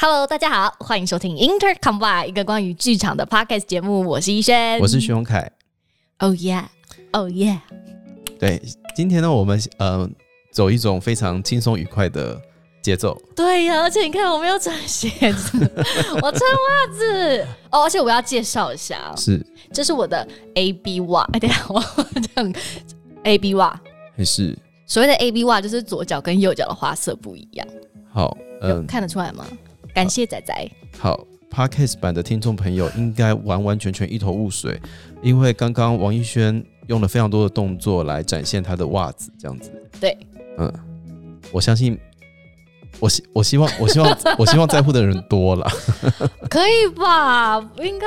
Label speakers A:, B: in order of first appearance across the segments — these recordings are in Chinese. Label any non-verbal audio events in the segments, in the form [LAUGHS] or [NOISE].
A: Hello，大家好，欢迎收听 Intercom b 一个关于剧场的 podcast 节目。我是医生，
B: 我是徐永凯。
A: Oh yeah，Oh yeah，
B: 对，今天呢，我们呃走一种非常轻松愉快的节奏。
A: 对呀、而且你看我没有穿鞋子， [LAUGHS] 我穿袜子哦。而且我要介绍一下，
B: 是
A: 这是我的 A B 袜。哎，等一下我 [LAUGHS] 这样 A B 袜，
B: 还是
A: 所谓的 A B 袜就是左脚跟右脚的花色不一样，
B: 好？
A: 有
B: 嗯、
A: 看得出来吗？感谢仔仔，
B: 好。Podcast 版的听众朋友应该完完全全一头雾水，因为刚刚王一轩用了非常多的动作来展现他的袜子，这样子。
A: 对，
B: 嗯，我相信，我希我希望我希望我希望在乎的人多了。
A: 可以吧？应该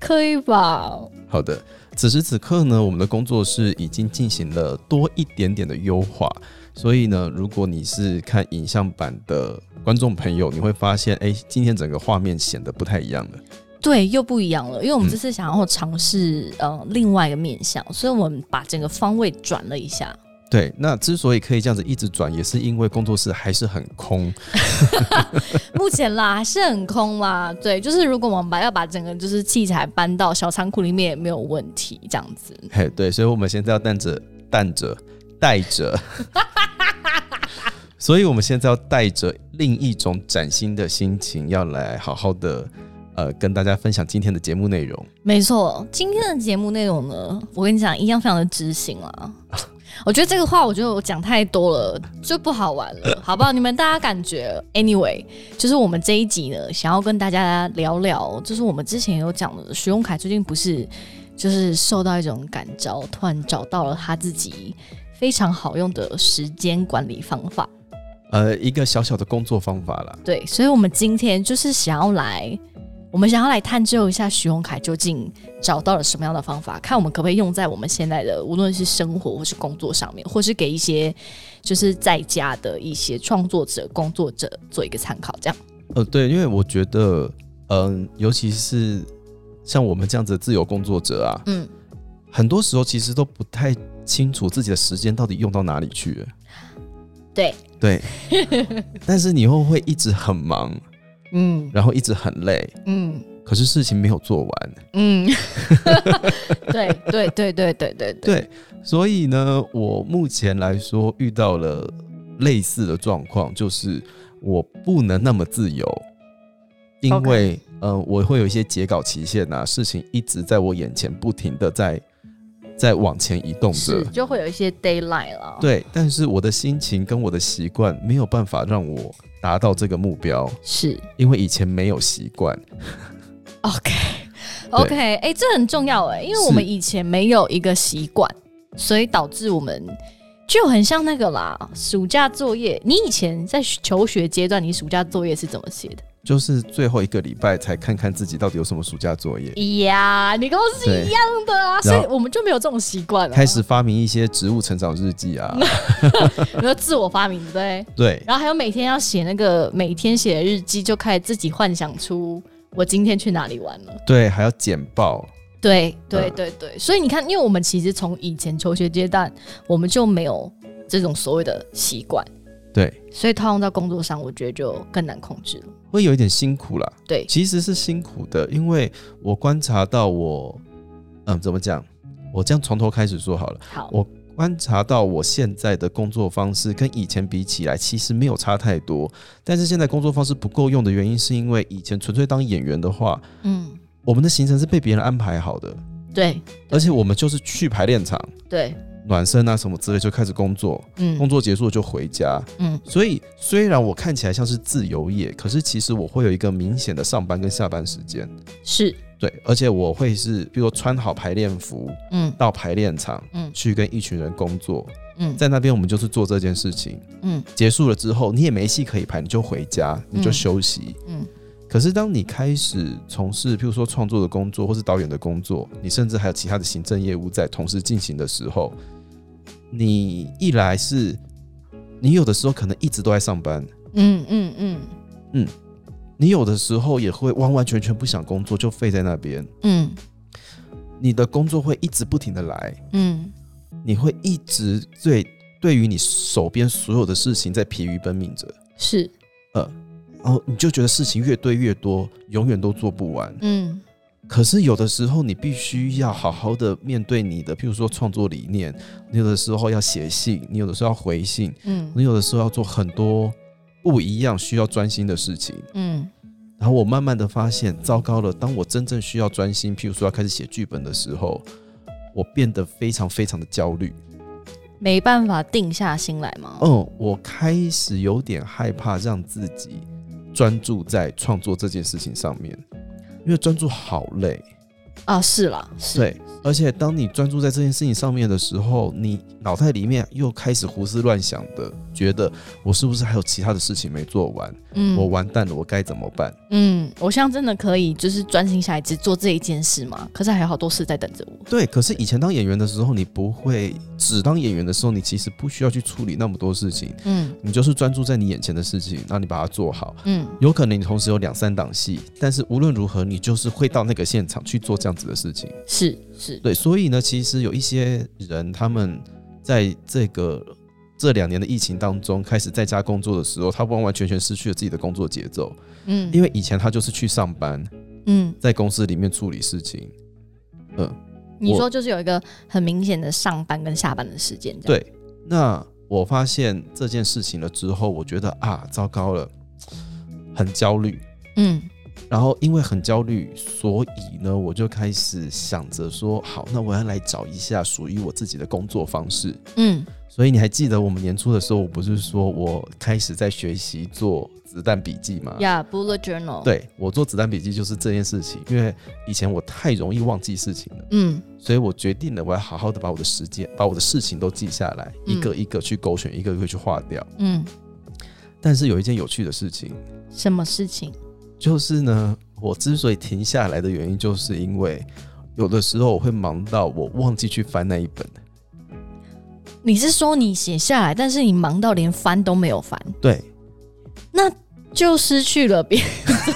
A: 可以吧？
B: 好的，此时此刻呢，我们的工作室已经进行了多一点点的优化，所以呢，如果你是看影像版的观众朋友，你会发现，哎、今天整个画面显得不太一样了。
A: 对，又不一样了，因为我们
B: 嗯
A: 这次想要尝试、呃另外一个面向，所以我们把整个方位转了一下。
B: 对，那之所以可以这样子一直转，也是因为工作室还是很空。
A: 目前啦还是很空啦，对，就是如果我们把要把整个就是器材搬到小仓库里面也没有问题，这样子。
B: 嘿，对，所以我们现在要带着带着带着，所以我们现在要带着另一种崭新的心情，要来好好的呃跟大家分享今天的节目内容。
A: 没错，今天的节目内容呢，我跟你讲，一样非常的知性啦。 [LAUGHS] 我觉得这个话，我觉得我讲太多了，就不好玩了，好不好？你们大家感觉，anyway，就是我们这一集呢，想要跟大家聊聊，就是我们之前有讲的，徐永凯最近不是就是受到一种感召，突然找到了他自己非常好用的时间管理方法，
B: 呃，一个小小的工作方法啦。
A: 对，所以我们今天就是想要来，我们想要来探究一下徐宏凯究竟找到了什么样的方法，看我们可不可以用在我们现在的无论是生活或是工作上面，或是给一些就是在家的一些创作者、工作者做一个参考。这样，
B: 呃，对，因为我觉得，嗯、尤其是像我们这样子的自由工作者啊，
A: 嗯，
B: 很多时候其实都不太清楚自己的时间到底用到哪里去了。
A: 对，
B: 对， [LAUGHS] 但是你又会一直很忙，
A: 嗯
B: 然后一直很累，
A: 嗯
B: 可是事情没有做完。
A: 嗯，对对对对对对对，
B: 对，所以呢，我目前来说遇到了类似的状况，就是我不能那么自由，因
A: OK
B: 为呃，我会有一些截稿期限啊，事情一直在我眼前不停的在在往前移动
A: 是
B: 着。
A: 就会有一些 d a y l i g h t 了。，
B: 对，但是我的心情跟我的习惯没有办法让我达到这个目标，
A: 是。
B: 因为以前没有习惯。
A: OK OK，哎、这很重要哎、因为我们
B: 是
A: 以前没有一个习惯，所以导致我们就很像那个啦，暑假作业。你以前在求学阶段，你暑假作业是怎么写的？
B: 就是最后一个礼拜才看看自己到底有什么暑假
A: [LAUGHS]
B: 作业，
A: 呀、你跟我是
B: 对
A: 一样的啊，所
B: 然后
A: 以我们就没有这种习惯了。啊
B: 开始发明一些植物成长日记啊，
A: 有没有自我发明，对不对？
B: 对，
A: 然后还有每天要写那个每天写的日记，就开始自己幻想出我今天去哪里玩了。
B: 对，还要剪报，
A: 对对
B: 嗯
A: 对对，所以你看，因为我们其实从以前求学阶段，我们就没有这种所谓的习惯，
B: 对，
A: 所以套用到工作上，我觉得就更难控制了。
B: 会有一点辛苦啦。
A: 对，
B: 其实是辛苦的，因为我观察到我，嗯，怎么讲？我这样从头开始说好了。
A: 好，
B: 我观察到我现在的工作方式跟以前比起来，其实没有差太多。但是现在工作方式不够用的原因，是因为以前纯粹当演员的话，
A: 嗯，
B: 我们的行程是被别人安排好的，
A: 对
B: 而且我们就是去排练场、
A: 对，
B: 暖身啊什么之类就开始工作，工
A: 嗯
B: 作结束了就回家。
A: 嗯，
B: 所以虽然我看起来像是自由业，可是其实我会有一个明显的上班跟下班时间。
A: 是，
B: 对，而且我会是，比如说穿好排练服
A: 嗯
B: 到排练场，
A: 嗯
B: 去跟一群人工作，
A: 嗯
B: 在那边我们就是做这件事情。
A: 嗯
B: 结束了之后，你也没戏可以排，你就回家，你就
A: 嗯
B: 休息。
A: 嗯，
B: 可是当你开始从事，譬如说创作的工作，或是导演的工作，你甚至还有其他的行政业务在同时进行的时候，你一来是，你有的时候可能一直都在上班，
A: 嗯嗯嗯
B: 你有的时候也会完完全全不想工作，就废在那边。
A: 嗯
B: 你的工作会一直不停的来，
A: 嗯，
B: 你会一直对对于你手边所有的事情在疲于奔命着。
A: 是，
B: 呃，然后你就觉得事情越堆越多，永远都做不完。
A: 嗯
B: 可是有的时候，你必须要好好的面对你的，譬如说创作理念，你有的时候要写信，你有的时候要回信，
A: 嗯
B: 你有的时候要做很多不一样需要专心的事情。
A: 嗯
B: 然后我慢慢的发现，糟糕了，当我真正需要专心，譬如说要开始写剧本的时候，我变得非常非常的焦虑。
A: 没办法定下心来吗？
B: 嗯，我开始有点害怕让自己专注在创作这件事情上面，因为专注好累。
A: 啊，是啦，是，
B: 对，而且当你专注在这件事情上面的时候，你脑袋里面又开始胡思乱想的，觉得我是不是还有其他的事情没做完？
A: 嗯
B: 我完蛋了，我该怎么办？
A: 嗯，我现在真的可以就是专心下来只做这一件事吗？可是还有好多事在等着我。
B: 对，可是以前当演员的时候，你不会只当演员的时候，你其实不需要去处理那么多事情，
A: 嗯
B: 你就是专注在你眼前的事情，然后你把它做好。
A: 嗯
B: 有可能你同时有两三档戏，但是无论如何，你就是会到那个现场去做这样子的事情。
A: 是是，
B: 对，所以呢，其实有一些人他们在这个这两年的疫情当中，开始在家工作的时候，他完完全全失去了自己的工作节奏，
A: 嗯
B: 因为以前他就是去上班，
A: 嗯，
B: 在公司里面处理事情。嗯，
A: 你
B: 我
A: 说就是有一个很明显的上班跟下班的时间，这样，
B: 对。那我发现这件事情了之后，我觉得啊，糟糕了，很焦虑。
A: 嗯
B: 然后因为很焦虑，所以呢，我就开始想着说，好，那我要来找一下属于我自己的工作方式。
A: 嗯
B: 所以你还记得我们年初的时候，我不是说我开始在学习做子弹笔记吗？
A: ，Yeah，bullet journal，，
B: 啊对我做子弹笔记就是这件事情，因为以前我太容易忘记事情了，
A: 嗯
B: 所以我决定了我要好好的把我的时间、把我的事情都记下来，
A: 嗯
B: 一个一个去勾选，一个一个去划掉。
A: 嗯，
B: 但是有一件有趣的事情，
A: 什么事情？
B: 就是呢，我之所以停下来的原因，就是因为有的时候我会忙到我忘记去翻那一本。
A: 你是说你写下来，但是你忙到连翻都没有翻，
B: 对，
A: 那就失去了别，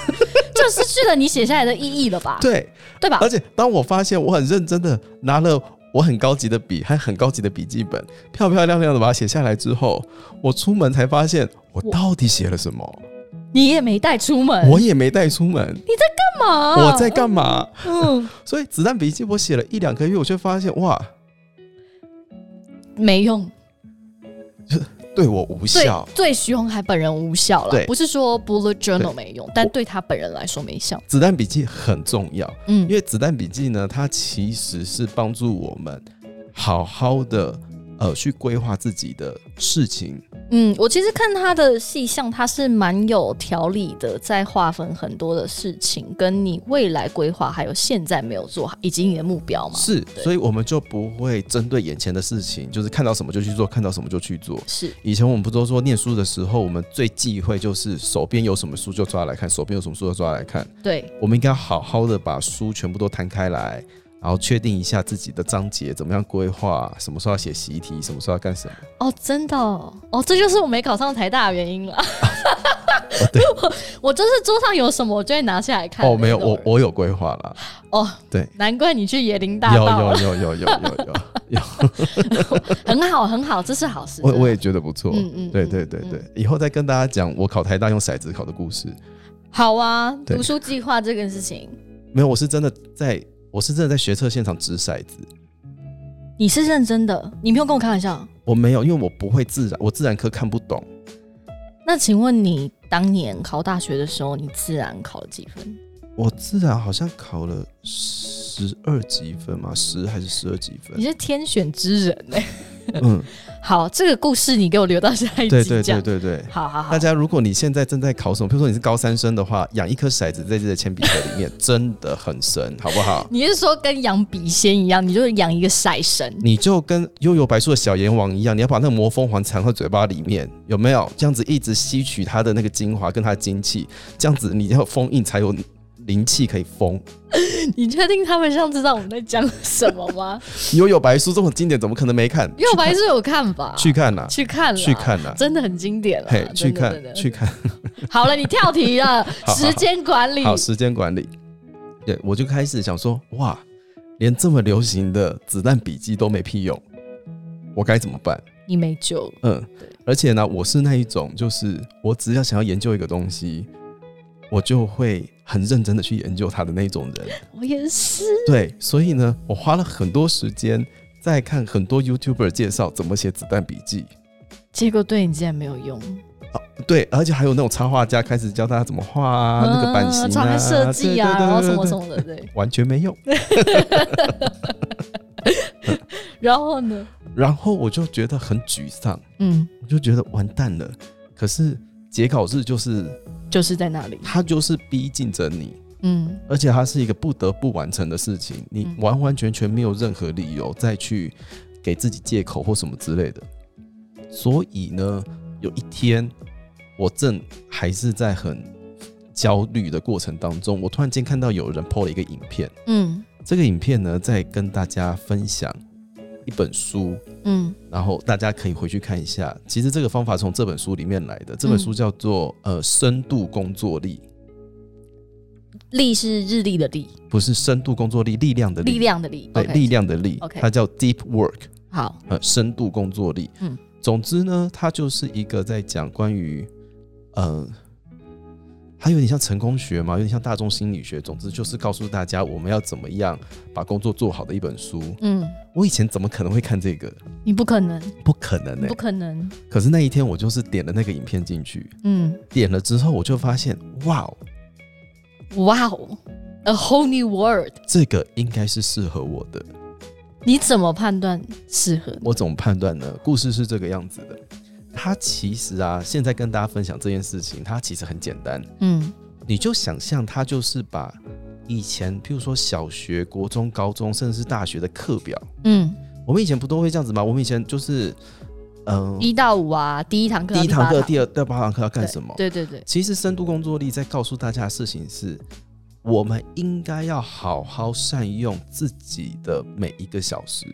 A: [LAUGHS] 就失去了你写下来的意义了吧？
B: 对，
A: 对吧
B: 而？且当我发现我很认真的拿了我很高级的笔和很高级的笔记本，漂漂亮亮的把它写下来之后，我出门才发现我到底写了什么，
A: 你也没带出门，
B: 我也没带出门，
A: 干嘛？
B: 我在干嘛？
A: 嗯，
B: 所以子弹笔记我写了一两个月，我却发现哇，
A: 没用。
B: 对我无
A: 对
B: 效。
A: 对，徐宏海本人无效了
B: 对，
A: 不是说 bullet journal
B: 对
A: 没用，但对他本人来说没效。
B: 子弹笔记很重要，
A: 嗯
B: 因为子弹笔记呢，它其实是帮助我们好好的呃去规划自己的事情。
A: 嗯，我其实看他的细项，他是蛮有条理的，在划分很多的事情，跟你未来规划，还有现在没有做，以及你的目标嘛。
B: 是，
A: 对
B: 所以我们就不会针对眼前的事情，就是看到什么就去做，看到什么就去做。
A: 是，
B: 以前我们不都说念书的时候，我们最忌讳就是手边有什么书就抓来看，手边有什么书就抓来看。
A: 对，
B: 我们应该好好的把书全部都摊开来，然后确定一下自己的章节怎么样规划，什么时候要写习题，什么时候要干什么。
A: 哦，真的哦，哦这就是我没考上台大的原因了。
B: 对
A: [LAUGHS] 我我就是桌上有什么，我就会拿下来看。
B: 哦，没有，我我有规划啦，
A: 哦，
B: 对，
A: 难怪你去野林 [LAUGHS] 大
B: 有
A: 道了，
B: 有有有有有有。
A: [LAUGHS] 很好，很好，这是好事。
B: 我
A: 真的
B: 我也觉得不错。
A: 嗯嗯
B: 对
A: 嗯
B: 对对对
A: 嗯，
B: 以后再跟大家讲我考台大用骰子考的故事。
A: 好啊，
B: 对
A: 读书计划这个事情，
B: 没有，我是真的在，我是真的在学测现场掷骰子。
A: 你是认真的，你没有跟我开玩笑。
B: 我没有，因为我不会自然，我自然科看不懂。
A: 那请问你当年考大学的时候，你自然考了几分？
B: 我自然好像考了十二几分嘛，十还是十二几
A: 你
B: 分？
A: 是天选之人哎、
B: 嗯，
A: 好，这个故事你给我留到下 [LAUGHS] 一
B: 对
A: 集
B: 对
A: 讲
B: 对。对对。
A: 好好好
B: 大，家，如果你现在正在考什么，比如说你是高三生的话，养一颗骰子在自己的铅笔盒里面真的很神，好不好？
A: 你是说跟养笔仙一样，你就是养一个骰神？
B: 你就跟悠悠白素的小阎王一样，你要把那个魔蜂环缠到嘴巴里面，有没有？这样子一直吸取它的那个精华跟它的精气，这样子你要封印才有灵气可以封。嗯
A: 你确定他们像知道我们在讲什么
B: [LAUGHS]
A: 吗？
B: 悠悠白素这么经典，怎么可能没看？
A: 因为我还是有看吧，
B: 去看啦，
A: 去看啦
B: 去，看啦，
A: 真的很经典了
B: 嘿，，去
A: 真的
B: 看，。去
A: 真的
B: 看。
A: 好了，你跳题了，
B: [LAUGHS] 好
A: 时间管理
B: 好，时间管理。对，我就开始想说，哇，连这么流行的子弹笔记都没屁用，我该怎么办？
A: 你没救了。
B: 嗯
A: 对，
B: 而且呢，我是那一种，就是我只要想要研究一个东西，我就会很认真的去研究他的那种人。
A: 我也是，
B: 对，所以呢，我花了很多时间在看很多 YouTuber 介绍怎么写子弹笔记。
A: 结果对你竟然没有用，
B: 对，而且还有那种插画家开始教大家怎么画啊，那个版型
A: 场
B: 啊、
A: 面嗯设计啊，
B: 对对对
A: 然后什么
B: 对
A: 什么的，对。
B: 完全没用。
A: 然后呢？
B: 然后我就觉得很沮丧，
A: 嗯，
B: 我就觉得完蛋了。可是截稿日就是
A: 就是在那里。
B: 它就是逼近着你，
A: 嗯，
B: 而且它是一个不得不完成的事情，你
A: 嗯
B: 完完全全没有任何理由再去给自己借口或什么之类的。所以呢，有一天我正还是在很焦虑的过程当中，我突然间看到有人 PO 了一个影片，
A: 嗯
B: 这个影片呢在跟大家分享一本书，
A: 嗯
B: 然后大家可以回去看一下。其实这个方法从这本书里面来的，这本书叫做、呃深度工作力，
A: 力是日历的力，
B: 不是深度工作力，力量的力，
A: 力量的力。
B: 对
A: OK，
B: 力量的力
A: OK
B: 它叫 deep work，
A: 好，
B: 呃深度工作力。
A: 嗯
B: 总之呢，它就是一个在讲关于呃。它有点像成功学嘛，有点像大众心理学。总之就是告诉大家我们要怎么样把工作做好的一本书。
A: 嗯，
B: 我以前怎么可能会看这个？
A: 你不可能，
B: 不可能呢、
A: 不可能。
B: 可是那一天我就是点了那个影片进去，
A: 嗯，
B: 点了之后我就发现，哇哦，
A: 哇哦，a whole new world。
B: 这个应该是适合我的。
A: 你怎么判断适合你？
B: 我怎么判断呢？故事是这个样子的。它其实啊，现在跟大家分享这件事情，它其实很简单，
A: 嗯
B: 你就想象它就是把以前，譬如说小学、国中、高中，甚至是大学的课表，
A: 嗯，
B: 我们以前不都会这样子吗？我们以前就是，嗯、
A: 一到五啊，第一堂课到
B: 第一
A: 八
B: 堂课、第二、第八堂课要干什么？
A: 对对对，
B: 其实深度工作力在告诉大家的事情是，我们应该要好好善用自己的每一个小时，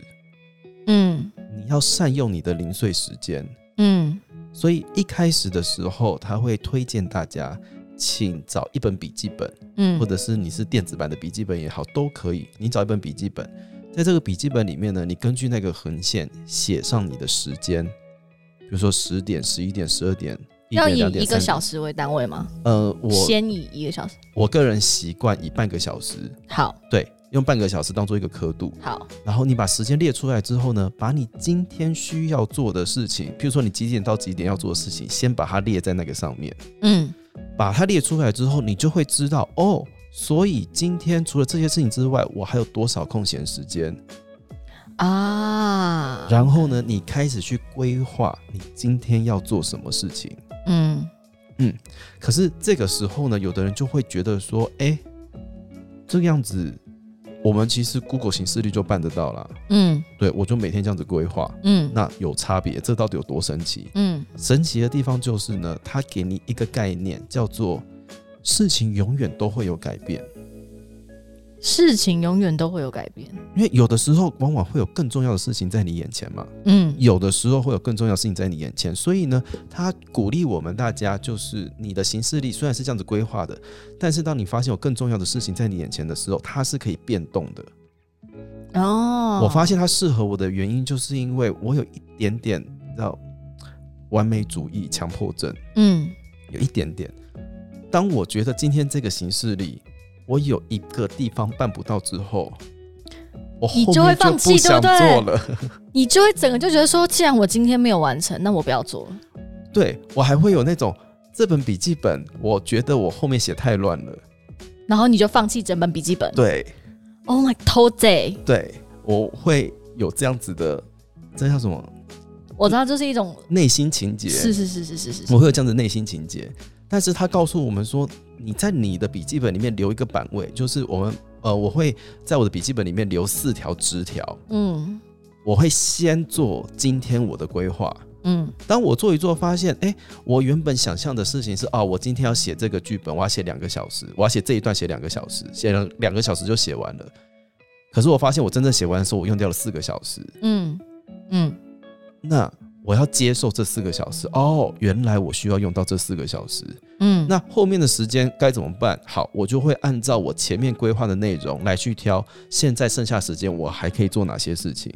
A: 嗯
B: 你要善用你的零碎时间。
A: 嗯
B: 所以一开始的时候，他会推荐大家，请找一本笔记本，
A: 嗯，
B: 或者是你是电子版的笔记本也好，都可以。你找一本笔记本，在这个笔记本里面呢，你根据那个横线写上你的时间，比如说十点、十一点、十二点。1
A: 要
B: 点
A: 以
B: 2点
A: 一个
B: 3点
A: 小时为单位吗？
B: 呃，我
A: 先以一个小时。
B: 我个人习惯以半个小时，
A: 好
B: 对，用半个小时当做一个刻度，
A: 好，
B: 然后你把时间列出来之后呢，把你今天需要做的事情，譬如说你几点到几点要做的事情，先把它列在那个上面，
A: 嗯
B: 把它列出来之后，你就会知道哦，所以今天除了这些事情之外，我还有多少空闲时间？
A: 啊，
B: 然后呢，你开始去规划你今天要做什么事情。
A: 嗯
B: 可是这个时候呢，有的人就会觉得说，哎、这个样子，我们其实 Google 形式力就办得到啦。
A: 嗯
B: 对我就每天这样子规划，
A: 嗯
B: 那有差别，这到底有多神奇？
A: 嗯
B: 神奇的地方就是呢，它给你一个概念，叫做事情永远都会有改变，
A: 事情永远都会有改变。
B: 因为有的时候往往会有更重要的事情在你眼前嘛，
A: 嗯
B: 有的时候会有更重要的事情在你眼前，所以呢，他鼓励我们大家，就是你的行事历虽然是这样子规划的，但是当你发现有更重要的事情在你眼前的时候，它是可以变动的。
A: 哦，
B: 我发现它适合我的原因，就是因为我有一点点你知道完美主义强迫症，
A: 嗯
B: 有一点点。当我觉得今天这个行事历，我有一个地方办不到之后，我后
A: 你
B: 面
A: 就会放
B: 不
A: 弃对
B: 想
A: 不对
B: 做了。
A: 你就会整个就觉得说，既然我今天没有完成，那我不要做了。
B: 对我还会有那种这本笔记本，我觉得我后面写太乱了。
A: 然后你就放弃整本笔记本。
B: 对，
A: ，Oh my whole day，
B: 对我会有这样子的，这叫什么
A: 我知道这是一种，
B: 内心情节？
A: 是是是是是是
B: 我会有这样的内心情节。但是他告诉我们说，你在你的笔记本里面留一个版位，就是我们呃，我会在我的笔记本里面留四条枝条，
A: 嗯
B: 我会先做今天我的规划。
A: 嗯
B: 当我做一做，发现，哎、我原本想象的事情是，哦，我今天要写这个剧本，我要写两个小时，我要写这一段写两个小时，写了两个小时就写完了。可是我发现，我真正写完的时候，我用掉了四个小时。
A: 嗯嗯，
B: 那我要接受这四个小时，哦，原来我需要用到这四个小时。
A: 嗯，
B: 那后面的时间该怎么办？好，我就会按照我前面规划的内容来去挑，现在剩下时间我还可以做哪些事情，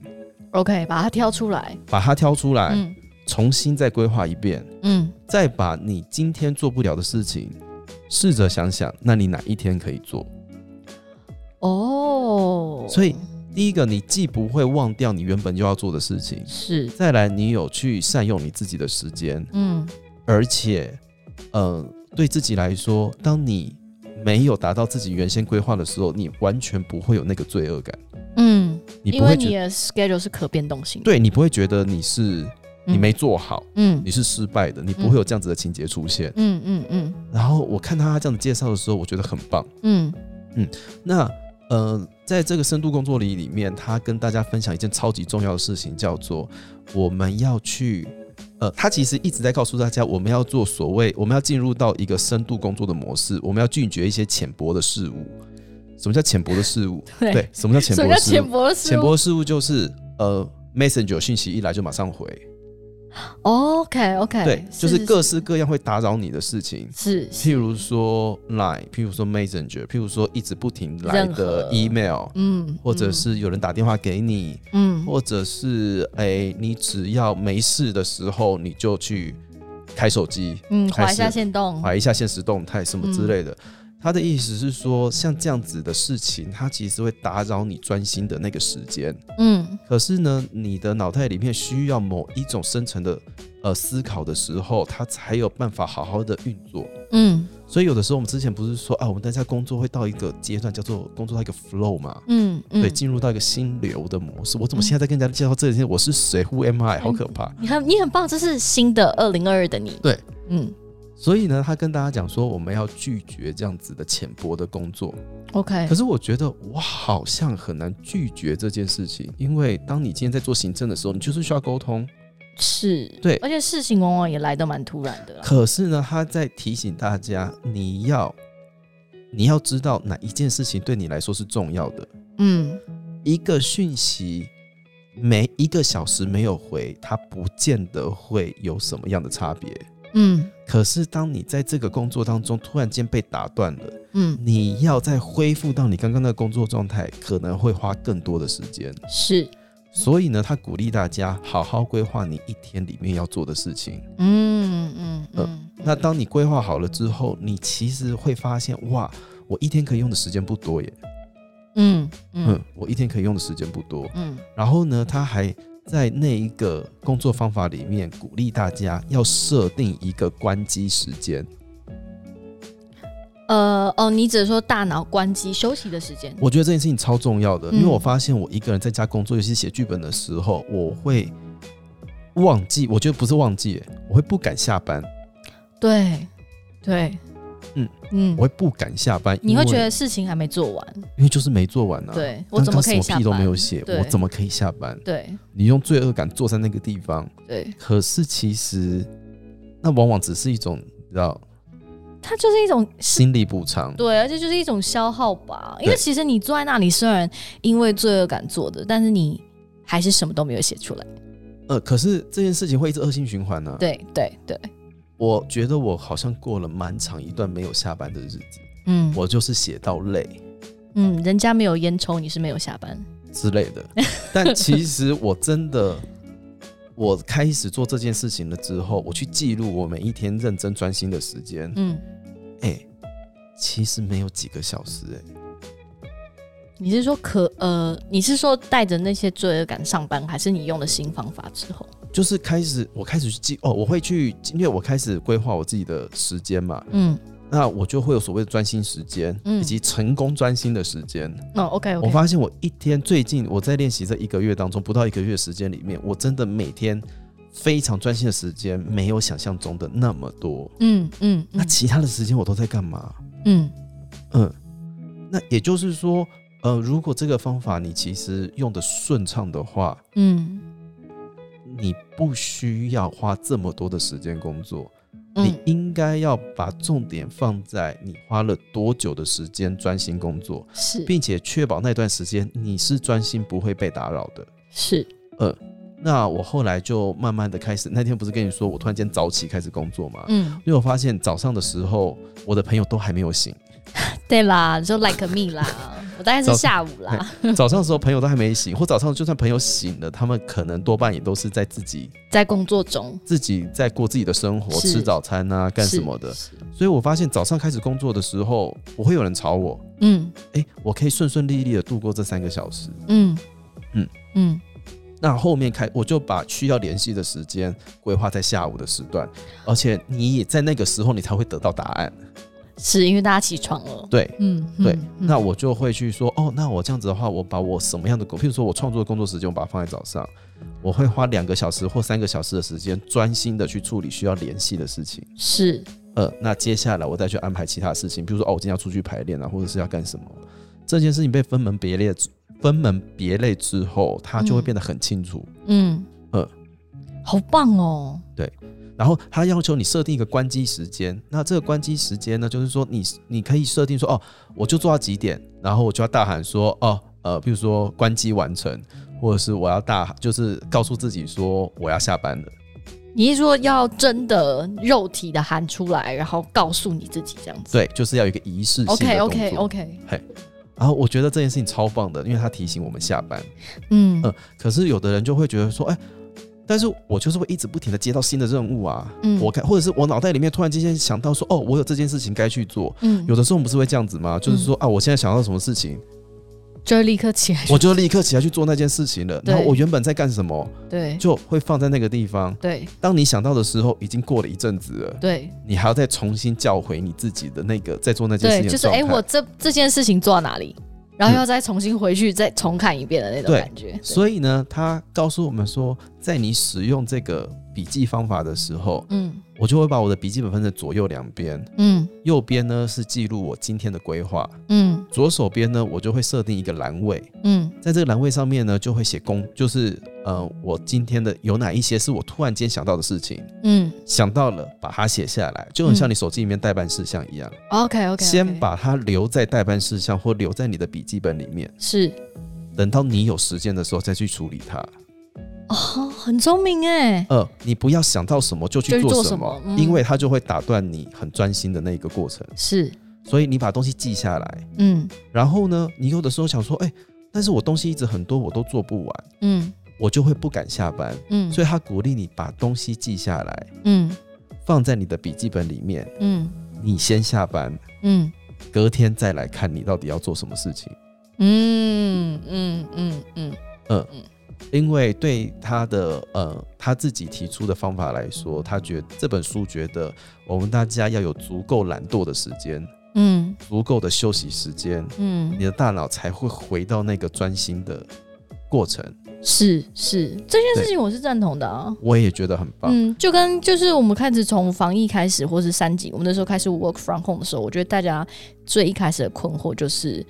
A: OK，把它挑出来。
B: 把它挑出来，
A: 嗯
B: 重新再规划一遍。
A: 嗯
B: 再把你今天做不了的事情试着想想，那你哪一天可以做？
A: 哦，
B: 所以第一个，你既不会忘掉你原本就要做的事情，
A: 是，
B: 再来，你有去善用你自己的时间，
A: 嗯，
B: 而且，呃，对自己来说，当你没有达到自己原先规划的时候，你完全不会有那个罪恶感，
A: 嗯，
B: 你
A: 因
B: 不
A: 为
B: 会
A: 你
B: 觉
A: 的 schedule 是可变动性的，
B: 对你不会觉得你是
A: 嗯
B: 你没，做好，
A: 嗯
B: 你是失败的，你不会有这样子的情节出现。
A: 嗯嗯嗯
B: 然后我看到他这样的介绍的时候，我觉得很棒。
A: 嗯，
B: 那呃，在这个深度工作里里面，他跟大家分享一件超级重要的事情，叫做我们要去呃，他其实一直在告诉大家，我们要做所谓我们要进入到一个深度工作的模式，我们要拒绝一些浅薄的事物。什么叫浅薄的事物？
A: 对
B: 对，什么叫浅
A: 什么
B: 薄的
A: 叫
B: 事
A: 浅
B: 物？
A: 薄的事
B: 浅
A: 物
B: 薄的事物就是呃，Messenger 讯息一来就马上回，
A: ？OK OK，
B: 对，就是各式各样会打扰你的事情。
A: 是是
B: 譬如说 Line，譬如说 Messenger，譬如说一直不停来
A: 任
B: 的
A: 何
B: email，
A: 嗯，
B: 或者是有人打电话给你，
A: 嗯，嗯
B: 或者是哎、你只要没事的时候，你就去开手机，
A: 嗯，
B: 开
A: 划一
B: 始
A: 下线动，
B: 怀一下现实动态什么之类的。他的意思是说，像这样子的事情，它其实会打扰你专心的那个时间。
A: 嗯
B: 可是呢，你的脑袋里面需要某一种深层的呃思考的时候，它才有办法好好的运作。
A: 嗯
B: 所以有的时候我们之前不是说啊，我们大家工作会到一个阶段叫做工作到一个 flow 嘛，
A: 嗯嗯，
B: 对，进入到一个心流的模式。我怎么
A: 嗯
B: 现在在跟人家介绍这些？我是谁？Who am I？好可怕。
A: 你很你很棒，这是新的二零二二的你。
B: 对，
A: 嗯
B: 所以呢，他跟大家讲说，我们要拒绝这样子的浅薄的工作。
A: ，OK，
B: 可是我觉得我好像很难拒绝这件事情，因为当你今天在做行政的时候，你就是需要沟通。
A: 是，
B: 对
A: 而且事情往往也来得蛮突然的啦。
B: 可是呢，他在提醒大家，你要你要知道哪一件事情对你来说是重要的。
A: 嗯，
B: 一个讯息每一个小时没有回，它不见得会有什么样的差别。
A: 嗯
B: 可是当你在这个工作当中突然间被打断了，
A: 嗯，
B: 你要再恢复到你刚刚的工作状态，可能会花更多的时间。
A: 是，
B: 所以呢，他鼓励大家好好规划你一天里面要做的事情。
A: 嗯嗯
B: 呃
A: 嗯，
B: 那当你规划好了之后，你其实会发现，哇，我一天可以用的时间不多耶。
A: 嗯嗯
B: 嗯，我一天可以用的时间不多。
A: 嗯
B: 然后呢，他还在那一个工作方法里面鼓励大家要设定一个关机时间。
A: 呃哦，你只是说大脑关机休息的时间。
B: 我觉得这件事情超重要的，
A: 嗯
B: 因为我发现我一个人在家工作，尤其是写剧本的时候，我会忘记，我觉得不是忘记耶，我会不敢下班，
A: 嗯对对，
B: 嗯
A: 嗯
B: 我，会不敢下班，
A: 你会
B: 因为
A: 觉得事情还没做完，
B: 因为就是没做完啊。，
A: 对我怎么可以下
B: 屁都没有
A: 班？
B: 写，
A: 对
B: 我怎么可以下班？
A: 对
B: 你用罪恶感坐在那个地方，
A: 对，
B: 可是其实那往往只是一种你知道
A: 它就是一种
B: 心理补偿。
A: 对，而且就是一种消耗吧。因为
B: 对
A: 其实你坐在那里，虽然因为罪恶感做的，但是你还是什么都没有写出来。
B: 呃，可是这件事情会一直恶性循环呢、，
A: 对对对，
B: 我觉得我好像过了蛮长一段没有下班的日子，
A: 嗯，
B: 我就是写到累
A: 嗯，人家没有烟抽，你是没有下班。
B: 之类
A: [LAUGHS]
B: 的。但其实我真的，我开始做这件事情了之后，我去记录我每一天认真专心的时间，
A: 嗯，
B: 哎、其实没有几个小时、哎，
A: 你是说可呃，你是说带着那些罪恶感上班，还是你用了新方法之后？
B: 就是开始我开始去记哦，我会去，因为我开始规划我自己的时间嘛，
A: 嗯，
B: 那我就会有所谓的专心时间，
A: 嗯
B: 以及成功专心的时间。
A: 哦，OK
B: 嗯我
A: OK，
B: 发现我一天最近我在练习这一个月当中，不到一个月的时间里面，我真的每天非常专心的时间没有想象中的那么多。
A: 嗯嗯
B: 那
A: 嗯
B: 其他的时间我都在干嘛？
A: 嗯
B: 嗯，那也就是说，呃，如果这个方法你其实用的顺畅的话，
A: 嗯
B: 你不需要花这么多的时间工作，你
A: 嗯，
B: 应该要把重点放在你花了多久的时间专心工作，
A: 是
B: 并且确保那段时间你是专心不会被打扰的。
A: 是，
B: 那我后来就慢慢的开始，那天不是跟你说我突然间早起开始工作嘛？
A: 嗯，
B: 因为我发现早上的时候，我的朋友都还没有醒， [LAUGHS]
A: 对啦，就 like me 啦，我大概是下午啦，
B: 早上的时候朋友都还没醒，或早上就算朋友醒了，他们可能多半也都是在自己
A: [LAUGHS] 在工作中
B: 自己在过自己的生活，
A: 是
B: 吃早餐啊，干什么的。
A: 是是
B: 所以我发现早上开始工作的时候，不会有人吵我，
A: 嗯
B: 诶，我可以顺顺利利的度过这三个小时。
A: 嗯
B: 嗯
A: 嗯嗯，
B: 那后面开我就把需要联系的时间规划在下午的时段，而且你也在那个时候你才会得到答案。
A: 是因为大家起床了。
B: 对，
A: 嗯，
B: 对
A: 嗯，嗯
B: 那我就会去说，哦，那我这样子的话，我把我什么样的工，譬如说我创作的工作时间，我把它放在早上，我会花两个小时或三个小时的时间，专心的去处理需要联系的事情。
A: 是
B: 呃，那接下来我再去安排其他事情，比如说哦，我今天要出去排练啊，或者是要干什么。这件事情被分门别类之，分门别类之后，它就会
A: 嗯
B: 变得很清楚。
A: 嗯
B: 呃
A: 好棒哦，
B: 然后它要求你设定一个关机时间，那这个关机时间呢，就是说你你可以设定说哦，我就做到几点，然后我就要大喊说哦，呃，比如说关机完成，或者是我要大喊，就是告诉自己说我要下班了。
A: 你是说要真的肉体的喊出来，然后告诉你自己这样子
B: 对，就是要有一个仪式性的动作。
A: ？OK OK OK，
B: 然后我觉得这件事情超棒的，因为它提醒我们下班。
A: 嗯
B: 嗯，可是有的人就会觉得说，哎、但是我就是会一直不停的接到新的任务啊，
A: 嗯
B: 我该或者是我脑袋里面突然之间想到说，哦，我有这件事情该去做。
A: 嗯，
B: 有的时候我们不是会这样子吗？就是说啊，我现在想到什么
A: [LAUGHS]
B: 事情，
A: 就会立刻起来，
B: 我就立刻起来去做那件事情了。
A: 对
B: 然后我原本在干什么，
A: 对
B: 就会放在那个地方。
A: 对
B: 当你想到的时候，已经过了一阵子了，
A: 对
B: 你还要再重新叫回你自己的那个在做那件事
A: 对，
B: 情
A: 就
B: 的
A: 是
B: 状态。
A: 哎、我这这件事情做到哪里，然后
B: 嗯
A: 要再重新回去、再重看一遍的那种
B: 对
A: 感觉。对
B: 所以呢，他告诉我们说，在你使用这个笔记方法的时候，
A: 嗯
B: 我就会把我的笔记本分成左右两边，
A: 嗯
B: 右边呢是记录我今天的规划，
A: 嗯
B: 左手边呢我就会设定一个栏位，
A: 嗯
B: 在这个栏位上面呢，就会写工，就是呃，我今天的有哪一些是我突然间想到的事情，
A: 嗯
B: 想到了把它写下来，就很像你手机里面代办事项一样，
A: ，OK OK，
B: 先把它留在代办事项或留在你的笔记本里面，
A: 是
B: 等到你有时间的时候再去处理它。
A: 哦，很聪明哎，
B: 呃，你不要想到什么就去
A: 就去
B: 做
A: 做
B: 什
A: 什
B: 么，
A: 么嗯
B: 因为它就会打断你很专心的那一个过程。
A: 是
B: 所以你把东西记下来，
A: 嗯
B: 然后呢，你有的时候想说，哎、但是我东西一直很多，我都做不完，
A: 嗯
B: 我就会不敢下班。
A: 嗯，
B: 所以他鼓励你把东西记下来，
A: 嗯
B: 放在你的笔记本里面，
A: 嗯
B: 你先下班，
A: 嗯
B: 隔天再来看你到底要做什么事情。
A: 嗯嗯嗯嗯，
B: 因为对他的呃他自己提出的方法来说，他觉这本书觉得我们大家要有足够懒惰的时间，
A: 嗯
B: 足够的休息时间，你
A: 嗯，
B: 的大脑才会回到那个专心的过程。
A: 是是，这件事情我是赞同的啊。
B: 我也觉得很棒。
A: 嗯，就跟就是我们开始从防疫开始，或是三级，我们那时候开始 work from home 的时候，我觉得大家最一开始的困惑就是，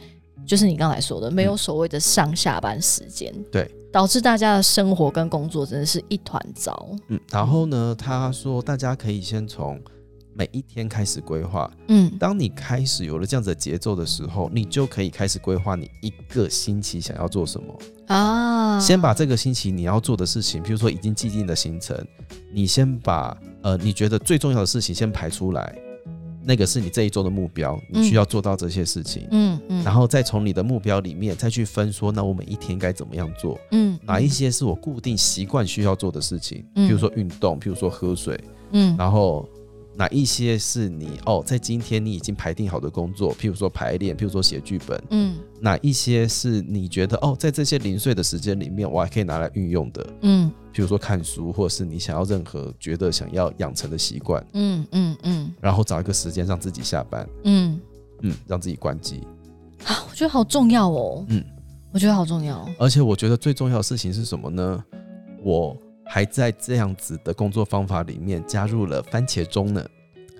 A: 就是你刚才说的，没有所谓的上下班时间，
B: 对，
A: 导致大家的生活跟工作真的是一团糟。
B: 嗯，然后呢，他说大家可以先从每一天开始规划，
A: 嗯
B: 当你开始有了这样子的节奏的时候，你就可以开始规划你一个星期想要做什么。
A: 啊，
B: 先把这个星期你要做的事情，比如说已经既定的行程，你先把呃你觉得最重要的事情先排出来，那个是你这一周的目标，你需要做到这些事情，
A: 嗯嗯，
B: 然后再从你的目标里面再去分说，那我每一天该怎么样做。
A: 嗯
B: 哪一些是我固定习惯需要做的事情，
A: 嗯
B: 比如说运动，比如说喝水，
A: 嗯
B: 然后哪一些是你哦，在今天你已经排定好的工作，譬如说排练，譬如说写剧本，
A: 嗯
B: 哪一些是你觉得哦，在这些零碎的时间里面，我还可以拿来运用的，
A: 嗯
B: 譬如说看书，或者是你想要任何觉得想要养成的习惯，
A: 嗯嗯嗯
B: 然后找一个时间让自己下班，
A: 嗯，
B: 嗯，让自己关机。
A: 啊，我觉得好重要哦。
B: 嗯，
A: 我觉得好重要。
B: 而且我觉得最重要的事情是什么呢？我还在这样子的工作方法里面加入了番茄钟呢。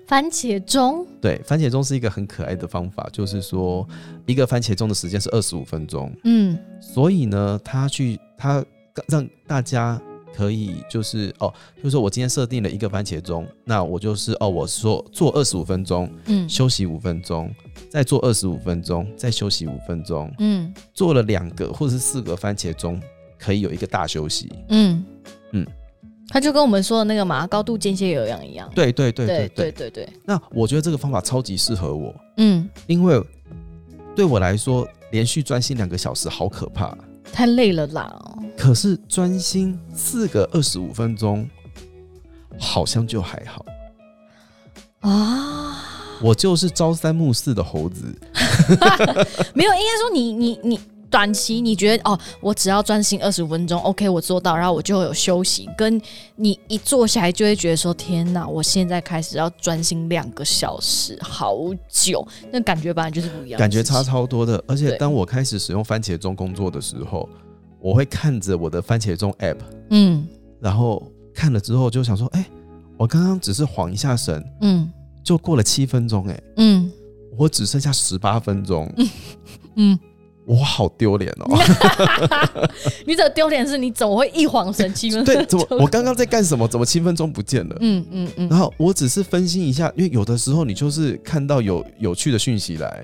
A: 番茄钟，
B: 对，番茄钟是一个很可爱的方法，就是说一个番茄钟的时间是二十五分钟，
A: 嗯
B: 所以呢，他去他让大家可以就是哦，就是说我今天设定了一个番茄钟，那我就是哦，我说做二十五分钟，
A: 嗯
B: 休息五分钟，再做二十五分钟，再休息五分钟，
A: 嗯
B: 做了两个或者是四个番茄钟，可以有一个大休息。
A: 嗯
B: 嗯
A: 嗯，他就跟我们说的那个嘛，高度间歇有氧一样。
B: 对对对对对
A: 对对对，
B: 那我觉得这个方法超级适合我，
A: 嗯
B: 因为对我来说，连续专心两个小时，好可怕。
A: 太累了啦。
B: 可是专心四个二十五分钟，好像就还好。
A: 啊，
B: 我就是朝三暮四的猴子，
A: [LAUGHS] 没有，应该说你你你短期你觉得哦，我只要专心二十分钟，OK，我做到，然后我就有休息。跟你一坐下来就会觉得说，天哪，我现在开始要专心两个小时，好久，那感觉本来就是不一样，
B: 感觉差。超多的。而且
A: 对
B: 当我开始使用番茄钟工作的时候，我会看着我的番茄钟 app，
A: 嗯
B: 然后看了之后就想说，哎、我刚刚只是晃一下神，
A: 嗯
B: 就过了七分钟、哎，
A: 嗯
B: 我只剩下十八分钟，
A: 嗯，
B: 我好丢脸哦。
A: [LAUGHS] 你这丢脸是你怎么会一晃神七分钟？
B: 对，
A: [LAUGHS]
B: 怎么我刚刚在干什么？怎么七分钟不见了？
A: 嗯嗯嗯，
B: 然后我只是分心一下，因为有的时候你就是看到有有趣的讯息来，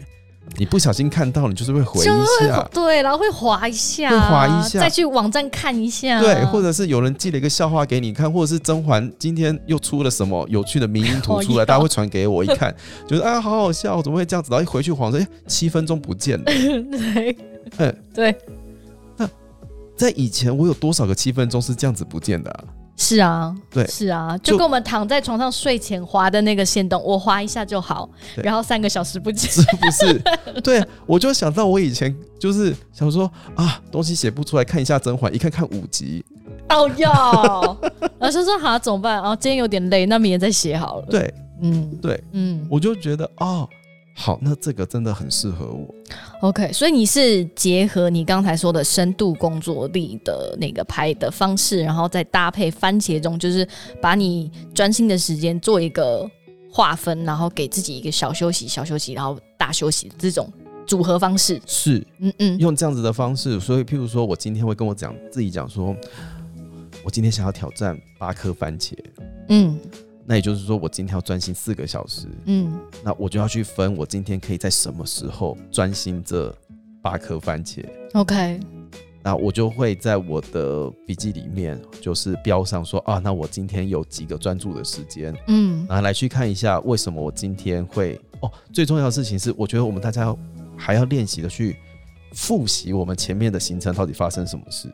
B: 你不小心看到，你就是会回
A: 就
B: 一
A: 会啊
B: 下，
A: 对，然后会滑一下，
B: 会滑一下
A: 再去网站看一下，
B: 对，或者是有人寄了一个笑话给你看，或者是甄嬛今天又出了什么有趣的迷因图出
A: [LAUGHS] 哦有
B: 来，大家会传给我，一
A: [LAUGHS]
B: 看觉得啊好好笑，怎么会这样子？然后一回去晃神，哎，七分钟不见了。
A: 对，
B: 嗯
A: 对，
B: 在以前我有多少个七分钟是这样子不见的、啊？ [LAUGHS]
A: 是啊，
B: 对
A: 是啊，
B: 就
A: 就跟我们躺在床上睡前滑的那个线动，我滑一下就好，
B: 对
A: 然后三个小时不见。 [LAUGHS]
B: 是不是？对，我就想到我以前就是想说啊，东西写不出来，看一下甄嬛，一看看五集，
A: 哦哟，老师说好怎么办？然后今天有点累，那明天再写好了。
B: 对
A: 嗯
B: 对，
A: 嗯
B: 我就觉得哦，好，那这个真的很适合我。
A: ，OK，所以你是结合你刚才说的深度工作力的那个拍的方式，然后再搭配番茄钟，就是把你专心的时间做一个划分，然后给自己一个小休息、小休息，然后大休息这种组合方式。
B: 是
A: 嗯嗯
B: 用这样子的方式，所以譬如说我今天会跟我讲自己讲说，我今天想要挑战八颗番茄，
A: 嗯
B: 那也就是说我今天要专心四个小时，
A: 嗯。
B: 那我就要去分我今天可以在什么时候专心这八颗番茄。
A: OK，
B: 那我就会在我的笔记里面，就是标上说啊，那我今天有几个专注的时间，
A: 嗯
B: 然后来去看一下为什么我今天会哦。最重要的事情是，我觉得我们大家还要练习的去复习我们前面的行程到底发生什么事，，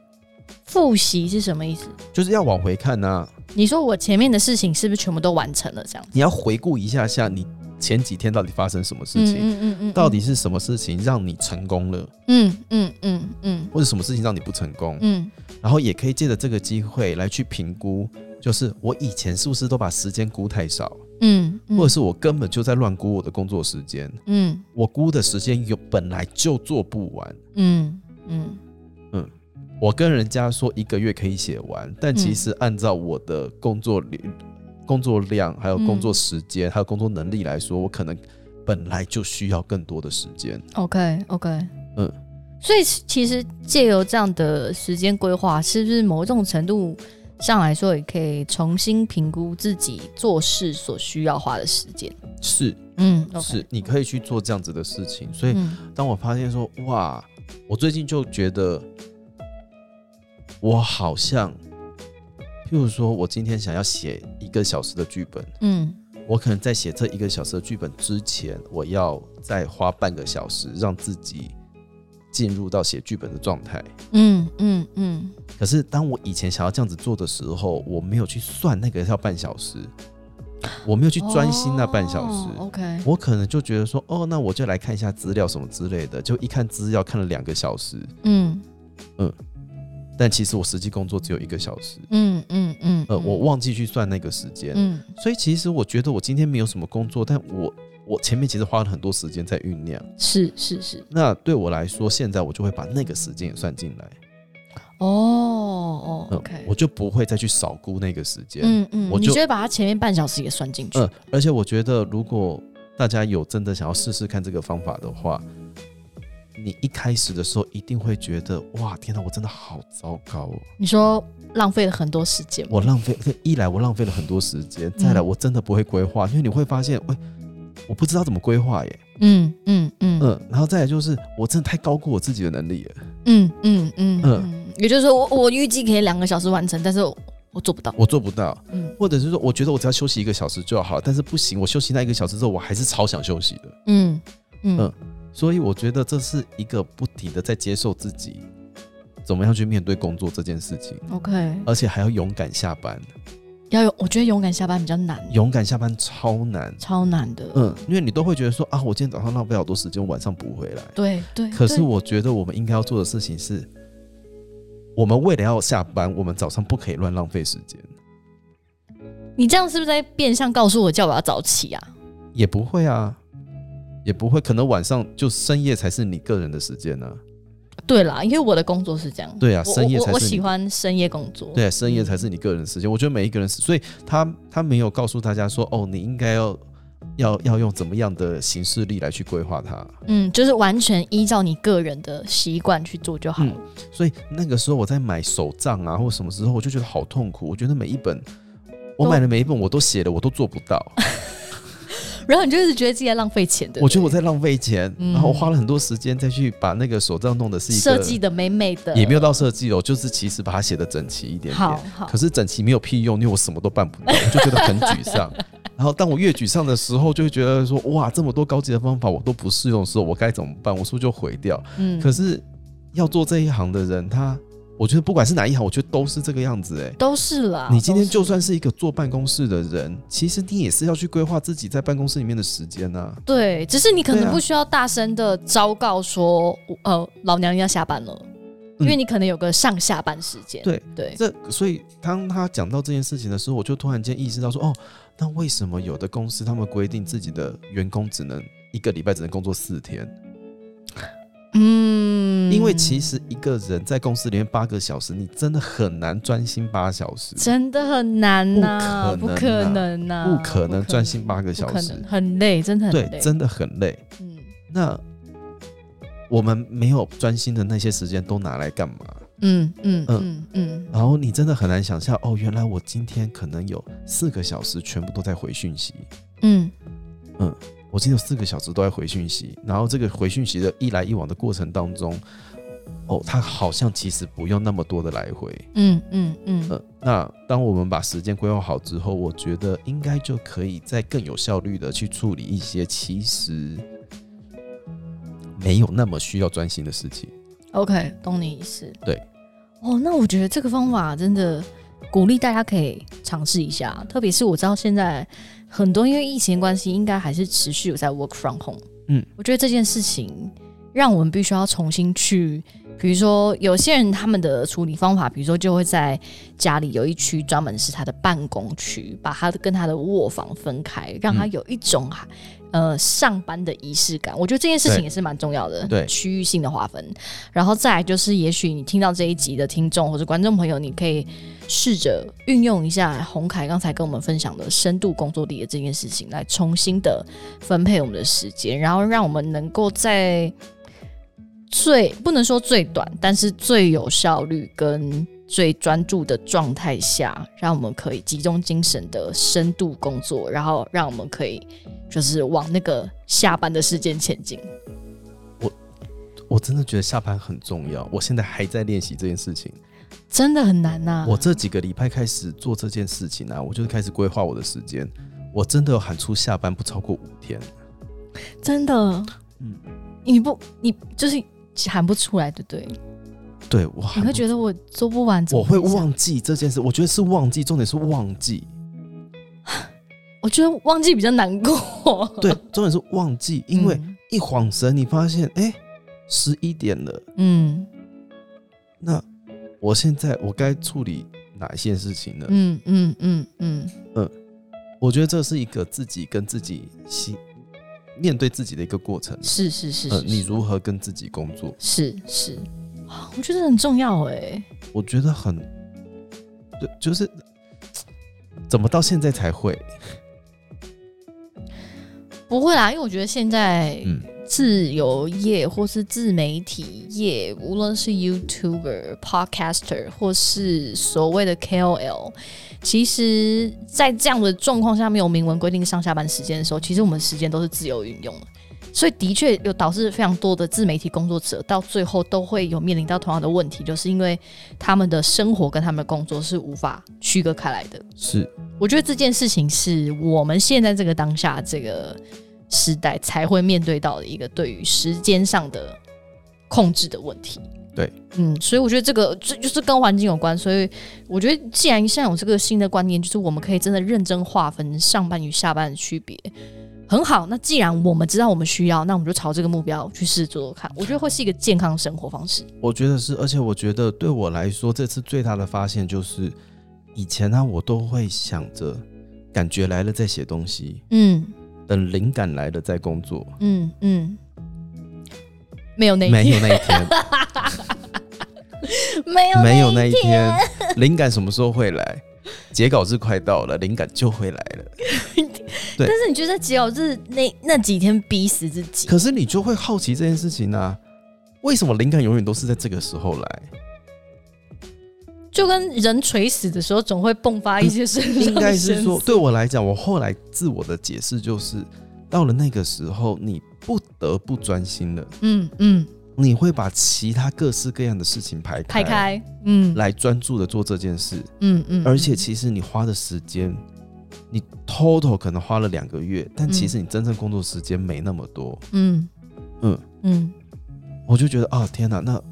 A: 复习是什么意思？
B: 就是要往回看呐、啊
A: 你说我前面的事情是不是全部都完成了？这样
B: 你要回顾一下下你前几天到底发生什么事
A: 嗯
B: 情，
A: 嗯嗯嗯，
B: 到底是什么事情让你成功了，
A: 嗯嗯嗯嗯
B: 或者什么事情让你不成功。
A: 嗯
B: 然后也可以借着这个机会来去评估，就是我以前是不是都把时间估太少，
A: 嗯嗯，
B: 或者是我根本就在乱估我的工作时间，
A: 嗯
B: 我估的时间有本来就做不完。
A: 嗯嗯
B: 我跟人家说一个月可以写完，但其实按照我的工作量、工作量、还有工作时间、还有工作能力来说，我可能本来就需要更多的时间。
A: ，OK OK，
B: 嗯，
A: 所以其实借由这样的时间规划，是不是某种程度上来说，也可以重新评估自己做事所需要花的时间？
B: 是
A: 嗯
B: 是，你可以去做这样子的事情，所以。
A: 嗯
B: 当我发现说，哇，我最近就觉得，我好像，譬如说我今天想要写一个小时的剧本，
A: 嗯
B: 我可能在写这一个小时的剧本之前，我要再花半个小时让自己进入到写剧本的状态。
A: 嗯嗯嗯
B: 可是当我以前想要这样子做的时候，我没有去算那个要半小时，我没有去专心那半小时。
A: ，OK，
B: 我可能就觉得说，哦，那我就来看一下资料什么之类的，就一看资料看了两个小时，
A: 嗯
B: 但其实我实际工作只有一个小时，
A: 嗯嗯嗯，
B: 呃，我忘记去算那个时间，
A: 嗯
B: 所以其实我觉得我今天没有什么工作，但我我前面其实花了很多时间在酝酿。
A: 是是是，
B: 那对我来说，现在我就会把那个时间也算进来，
A: 哦哦
B: 嗯
A: ，OK，
B: 我就不会再去少估那个时间，
A: 嗯嗯，
B: 我
A: 你
B: 就
A: 觉得把它前面半小时也算进去
B: 嗯，而且我觉得如果大家有真的想要试试看这个方法的话，你一开始的时候一定会觉得，哇，天哪，我真的好糟糕哦。
A: 你说浪费了很多时间吗，
B: 我浪费，一来我浪费了很多时间，再
A: 嗯
B: 来我真的不会规划，因为你会发现，喂、我不知道怎么规划耶，
A: 嗯嗯嗯
B: 嗯，然后再来就是我真的太高估我自己的能力了，
A: 嗯嗯嗯嗯
B: 嗯，
A: 也就是说我我预计可以两个小时完成，但是我我做不到，
B: 我做不到，
A: 嗯
B: 或者是说我觉得我只要休息一个小时就好，但是不行，我休息那一个小时之后，我还是超想休息的，
A: 嗯嗯
B: 嗯所以我觉得这是一个不停的在接受自己怎么样去面对工作这件事情，
A: OK，
B: 而且还要勇敢下班。
A: 要有，我觉得勇敢下班比较难，
B: 勇敢下班超难，
A: 超难的。
B: 嗯，因为你都会觉得说啊，我今天早上浪费好多时间，晚上补回来。
A: 对哎对。
B: 可是
A: 对
B: 我觉得我们应该要做的事情是，我们为了要下班，我们早上不可以乱浪费时间。
A: 你这样是不是在变相告诉我叫我要早起啊？
B: 也不会啊，也不会，可能晚上就深夜才是你个人的时间呢、啊。
A: 对啦，因为我的工作是这样。
B: 对啊
A: 我
B: 深夜
A: 我
B: 才
A: 我我
B: 是你
A: 喜欢深夜工作。
B: 对，啊深夜才是你个人的时间。我觉得每一个人是，所以他他没有告诉大家说，哦，你应该要要要用怎么样的形式力来去规划它。
A: 嗯，就是完全依照你个人的习惯去做就好了。
B: 所以那个时候我在买手账啊，或什么时候，我就觉得好痛苦。我觉得每一本我
A: 都
B: 买的每一本我都写了，我都做不到。
A: 然后你就一直觉得自己在浪费钱，对不
B: 我觉
A: 对
B: 得我在浪费钱，
A: 嗯
B: 然后花了很多时间再去把那个手账弄的是一个
A: 设计的美美的，
B: 也没有到设计哦，就是其实把它写的整齐一点
A: 好
B: 点。
A: 好
B: 可。是整齐没有屁用，因为我什么都办不到，我
A: [LAUGHS]
B: 就觉得很沮丧。然后当我越沮丧的时候，就会觉得说哇，这么多高级的方法我都不适用的时候，我该怎么办？我是不是就毁掉？
A: 嗯
B: 可是要做这一行的人，他我觉得不管是哪一行，我觉得都是这个样子哎、
A: 都是啦。
B: 你今天
A: 都是
B: 就算是一个坐办公室的人，其实你也是要去规划自己在办公室里面的时间啊呐、
A: 对，只是你可
B: 对
A: 能
B: 啊
A: 不需要大声的昭告说，呃，老娘要下班了，因为
B: 嗯
A: 你可能有个上下班时间。
B: 对
A: 对，
B: 这所以当他讲到这件事情的时候，我就突然间意识到说，哦，那为什么有的公司他们规定自己的员工只能一个礼拜只能工作四天？
A: 嗯
B: 因为其实一个人在公司里面八个小时，你真的很难专心八小时，
A: 真的很难呐、不
B: 不可
A: 可
B: 能啊
A: 能呐、
B: 不可能专心八
A: 不
B: 个小
A: 可
B: 时，
A: 能，很累，真的很累。
B: 对，真的很累。
A: 嗯
B: 那我们没有专心的那些时间都拿来干嘛？
A: 嗯嗯
B: 嗯
A: 嗯嗯，
B: 然后你真的很难想象，哦，原来我今天可能有四个小时全部都在回讯息，
A: 嗯，
B: 我今天有四个小时都在回讯息，然后这个回讯息的一来一往的过程当中，哦，它好像其实不用那么多的来回。
A: 嗯嗯嗯，
B: 呃，那当我们把时间规划好之后，我觉得应该就可以再更有效率的去处理一些其实没有那么需要专心的事情。
A: OK，懂你意思。
B: 对，
A: 哦，那我觉得这个方法真的鼓励大家可以尝试一下，特别是我知道现在很多因为疫情的关系，应该还是持续有在 work from home。
B: 嗯，
A: 我觉得这件事情让我们必须要重新去，比如说有些人他们的处理方法，比如说就会在家里有一区专门是他的办公区，把他的跟他的卧房分开，让他
B: 嗯
A: 有一种、呃上班的仪式感。我觉得这件事情
B: 对
A: 也是蛮重要的，
B: 对
A: 区域性的划分。然后再来就是，也许你听到这一集的听众或者观众朋友，你可以试着运用一下洪凯刚才跟我们分享的深度工作力的这件事情，来重新的分配我们的时间，然后让我们能够在最不能说最短，但是最有效率跟最专注的状态下，让我们可以集中精神的深度工作，然后让我们可以就是往那个下班的时间前进。
B: 我真的觉得下班很重要，我现在还在练习这件事情。
A: 真的很难啊呐、
B: 我这几个礼拜开始做这件事情啊，我就是开始规划我的时间。我真的有喊出下班不超过五天，
A: 真的，
B: 嗯
A: 嗯，你不，你就是喊不出来，对不对？
B: 对我
A: 你
B: 喊
A: 会
B: 不
A: 觉得我做不完，怎
B: 我
A: 么
B: 会
A: 这样。
B: 忘记这件事，我觉得是忘记，重点是忘记。
A: 我觉得忘记比较难过。
B: 对，重点是忘记，因为
A: 嗯
B: 一晃神，你发现哎，十一点了，
A: 嗯
B: 那我现在我该处理哪些事情呢？
A: 嗯嗯嗯嗯，
B: 我觉得这是一个自己跟自己心面对自己的一个过程。
A: 是是是
B: 呃，
A: 是，
B: 你如何跟自己工作？
A: 是是，啊我觉得很重要哎。
B: 我觉得很，对，就是怎么到现在才会？
A: 不会啦，因为我觉得现在
B: 嗯
A: 自由业或是自媒体业，无论是 YouTuber、Podcaster 或是所谓的 KOL，其实，在这样的状况下面，有明文规定上下班时间的时候，其实我们时间都是自由运用的。所以的确有导致非常多的自媒体工作者到最后都会有面临到同样的问题，就是因为他们的生活跟他们的工作是无法区隔开来的。
B: 是
A: 我觉得这件事情是我们现在这个当下这个时代才会面对到的一个对于时间上的控制的问题。
B: 对，
A: 嗯，所以我觉得这个这就是跟环境有关，所以我觉得既然现在有这个新的观念，就是我们可以真的认真划分上班与下班的区别，很好。那既然我们知道我们需要，那我们就朝这个目标去试做做看，我觉得会是一个健康生活方式。
B: 我觉得是，而且我觉得对我来说，这次最大的发现就是，以前呢、我都会想着，感觉来了再写东西，
A: 嗯
B: 等灵感来了再工作，
A: 嗯嗯，没有那一
B: 没
A: 天，
B: 有那一天，
A: 没有
B: 没有那一天，灵感什么时候会来？截稿日快到了，灵感就会来了。
A: 但是你觉得只有是那那几天逼死自己，
B: 可是你就会好奇这件事情啊，为什么灵感永远都是在这个时候来？
A: 就跟人垂死的时候总会迸发一些声浪。
B: 应该是
A: 声
B: 说，
A: 嘶
B: 对我来讲，我后来自我的解释就是，到了那个时候，你不得不专心了，
A: 嗯嗯，
B: 你会把其他各式各样的事情排开，
A: 排开，嗯
B: 来专注的做这件事。
A: 嗯嗯，
B: 而且
A: 嗯
B: 其实你花的时间，你 total 可能花了两个月，但其实你真正工作时间没那么多。
A: 嗯
B: 嗯
A: 嗯，
B: 我就觉得，哦，天哪，那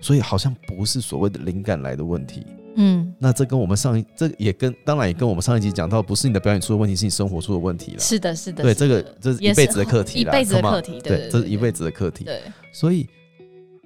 B: 所以好像不是所谓的灵感来的问题。
A: 嗯，
B: 那这跟我们上一这也跟当然也跟我们上一集讲到，不是你的表演出的问题，是你生活出的问题了。
A: 是的，是的，
B: 对，
A: 是
B: 这个
A: 的
B: 这是
A: 也
B: 一辈子的课题
A: 一
B: 啦，
A: 辈子的
B: come on
A: 课题，
B: 对，
A: 对，
B: 这是一
A: 对
B: 辈子的课题。
A: 对，
B: 所以，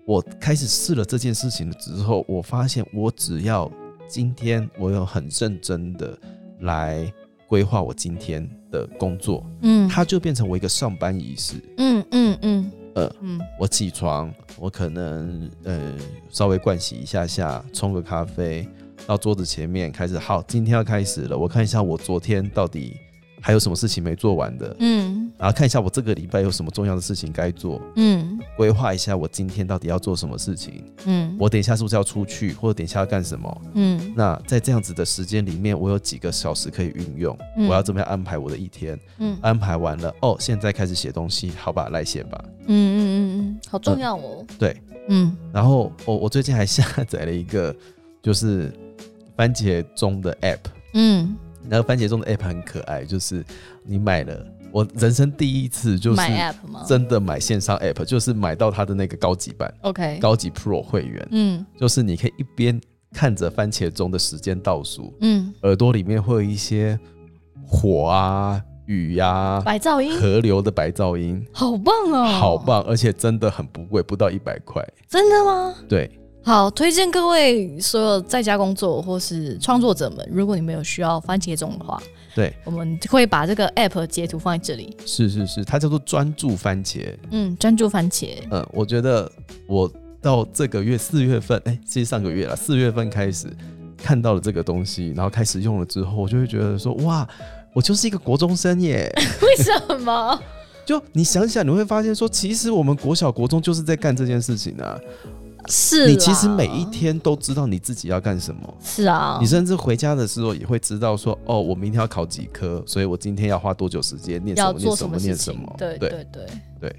B: 我开始试了这件事情之后，我发现我只要今天我有很认真的来规划我今天的工作，
A: 嗯，
B: 它就变成我一个上班仪式。
A: 嗯嗯嗯，
B: 呃
A: 嗯
B: 我起床，我可能呃稍微盥洗一下下，冲个咖啡，到桌子前面开始。好，今天要开始了，我看一下我昨天到底还有什么事情没做完的，
A: 嗯
B: 然后看一下我这个礼拜有什么重要的事情该做，
A: 嗯
B: 规划一下我今天到底要做什么事情。
A: 嗯，
B: 我等一下是不是要出去，或者等一下要干什么？
A: 嗯
B: 那在这样子的时间里面，我有几个小时可以运用？
A: 嗯
B: 我要怎么样安排我的一天？
A: 嗯
B: 安排完了，哦，现在开始写东西，好吧，来写吧。
A: 嗯嗯嗯，好重要哦，
B: 对，
A: 嗯
B: 然后我、我最近还下载了一个 [LAUGHS] 就是番茄钟的 app，
A: 嗯，
B: 那个番茄钟的 app 很可爱，就是你买了，我人生第一次就是
A: 买 app 吗？
B: 真的买线上 app，就是买到它的那个高级版、
A: OK，
B: 高级 Pro 会员，
A: 嗯
B: 就是你可以一边看着番茄钟的时间倒数，
A: 嗯，
B: 耳朵里面会有一些火啊、雨呀、
A: 白噪音
B: 河流的白噪音，
A: 好棒哦，
B: 好，棒，而且真的很不贵，不到一百块，
A: 真的吗？
B: 对。
A: 好，推荐各位所有在家工作或是创作者们，如果你们有需要番茄钟的话，
B: 对，
A: 我们会把这个 app 截图放在这里。
B: 是是是，它叫做专注番茄。
A: 嗯，专注番
B: [LAUGHS]
A: 茄。
B: 嗯，我觉得我到这个月四月份，哎、其实上个月了，四月份开始看到了这个东西，然后开始用了之后，我就会觉得说，哇，我就是一个国中
A: [LAUGHS]
B: 生耶！
A: 为什么？
B: 就你想想，你会发现说，其实我们国小国中就是在干这件事情啊。
A: 是
B: 你
A: 啦
B: 其实每一天都知道你自己要干什么。
A: 是啊，
B: 你甚至回家的时候也会知道说，哦，我明天要考几科，所以我今天要花多久时间念什
A: 要
B: 么
A: 做
B: 念
A: 什
B: 什
A: 么
B: 么
A: 事
B: 念什
A: 情
B: 么？？
A: 对对对，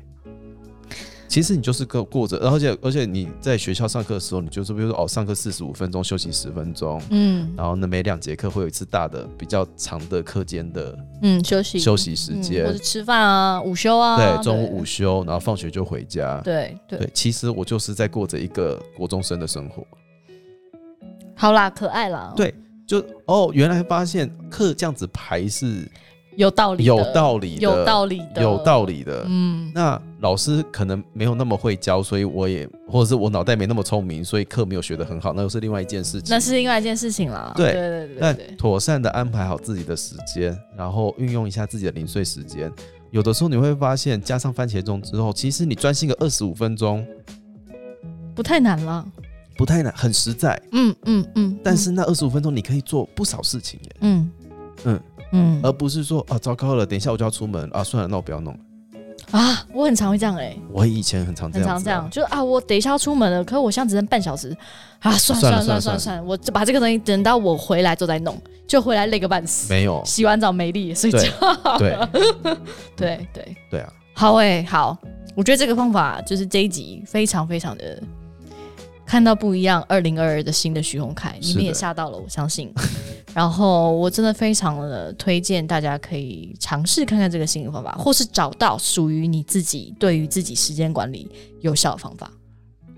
B: 其实你就是个过着，而且而且你在学校上课的时候，你就是比如说哦，上课四十五分钟，休息十分钟，
A: 嗯
B: 然后呢每两节课会有一次大的比较长的课间的
A: 嗯，休息
B: 休息时间，
A: 嗯或者吃饭啊，午休啊，
B: 对，中午午休，然后放学就回家。
A: 对对
B: 对，其实我就是在过着一个国中生的生活。
A: 好啦，可爱啦，
B: 对就哦，原来发现课这样子排是
A: 有道理的，
B: 有道理的，
A: 有道理的，
B: 有道理的。
A: 嗯
B: 那老师可能没有那么会教，所以我也，或者是我脑袋没那么聪明，所以课没有学得很好，那又是另外一件事情。
A: 那是另外一件事情啦。
B: 对
A: 对对
B: 那
A: 对对，
B: 妥善的安排好自己的时间，然后运用一下自己的零碎时间。有的时候你会发现，加上番茄钟之后，其实你专心个二十五分钟
A: 不太难啦。
B: 不太难，很实在。
A: 嗯嗯嗯，
B: 但是那二十五分钟你可以做不少事情耶，
A: 嗯嗯
B: 嗯
A: 嗯
B: 而不是说啊糟糕了，等一下我就要出门啊，算了，那我不要弄了。
A: 啊，我很常会这样哎、
B: 我以前很常这
A: 很
B: 样
A: 常
B: 子
A: 这
B: 啊、
A: 样，就是啊，我等一下要出门了，可我现在只剩半小时啊，算
B: 算
A: 了
B: 了
A: 算了
B: 算
A: 算
B: 了
A: 算了，我就把这个东西等到我回来之后再弄，就回来累个半死，，
B: 没有
A: 洗完澡没力睡觉。
B: 对
A: [LAUGHS] 对对，
B: 对啊，
A: 好哎、好，我觉得这个方法就是这一集非常非常的看到不一样二零二二的新的徐宏凯，你
B: 是
A: 们
B: 的
A: 也吓到了，我相信。 [LAUGHS] 然后我真的非常的推荐大家可以尝试看看这个心理方法，或是找到属于你自己对于自己时间管理有效的方法。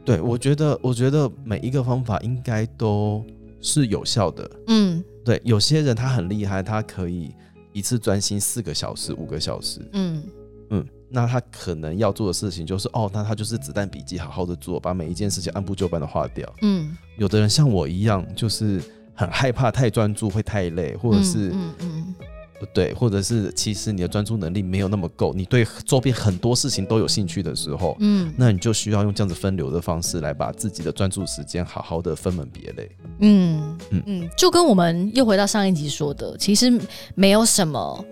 B: 对，我觉得，我觉得每一个方法应该都是有效的。
A: 嗯
B: 对，有些人他很厉害，他可以一次专心四个小时、五个小时。
A: 嗯
B: 嗯，那他可能要做的事情就是，哦，那他就是子弹笔记好好的做，把每一件事情按部就班的划掉。
A: 嗯，
B: 有的人像我一样，就是很害怕太专注会太累，或者是、
A: 嗯嗯
B: 对，或者是其实你的专注能力没有那么够，你对周边很多事情都有兴趣的时候，
A: 嗯
B: 那你就需要用这样子分流的方式来把自己的专注时间好好的分门别类。
A: 嗯嗯
B: 嗯
A: 嗯，就跟我们又回到上一集说的，其实没有什么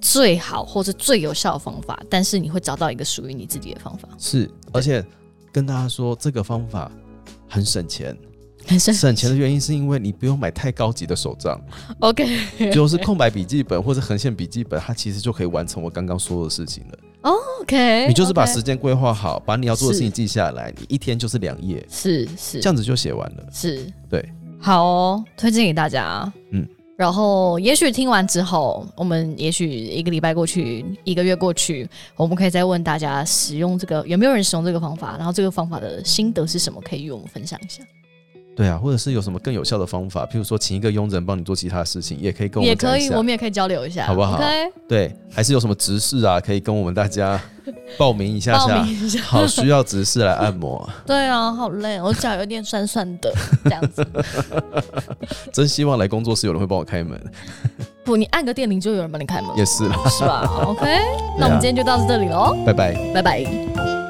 A: 最好或者最有效的方法，但是你会找到一个属于你自己的方法。
B: 是，而且跟大家说，这个方法很省钱。
A: 很深 [LAUGHS]
B: 省钱的原因是因为你不用买太高级的手账，
A: OK，
B: 就是空白笔记本或者横线笔记本，它其实就可以完成我刚刚说的事情了。
A: OK，
B: 你就是把
A: OK
B: 时间规划好，把你要做的
A: 是
B: 事情记下来，你一天就是两页，
A: 是是
B: 这样子就写完了。
A: 是，
B: 对，
A: 好哦，推荐给大家。嗯
B: 嗯，
A: 然后也许听完之后，我们也许一个礼拜过去，一个月过去，我们可以再问大家使用这个有没有人使用这个方法，然后这个方法的心得是什么，可以与我们分享一下，
B: 对啊，或者是有什么更有效的方法，譬如说请一个佣人帮你做其他的事情，也可以跟我
A: 也
B: 们讲
A: 可
B: 一
A: 以，
B: 下
A: 我。们也可以交流一下，
B: 好不好
A: o k
B: 对，还是有什么执事啊，可以跟我们大家报名一下
A: 报
B: 下。
A: 名一 [LAUGHS] 下。
B: [LAUGHS] 好，需要执事来按摩，
A: 对啊，好累，我脚有点酸酸的，这样子。
B: 真希望来工作室有人会帮我开门，
A: [LAUGHS] 不，你按个电铃就有人帮你开门了，
B: 也是啦，
A: 是吧？OK，那我们今天就到这里喽，
B: 拜拜。
A: 拜拜。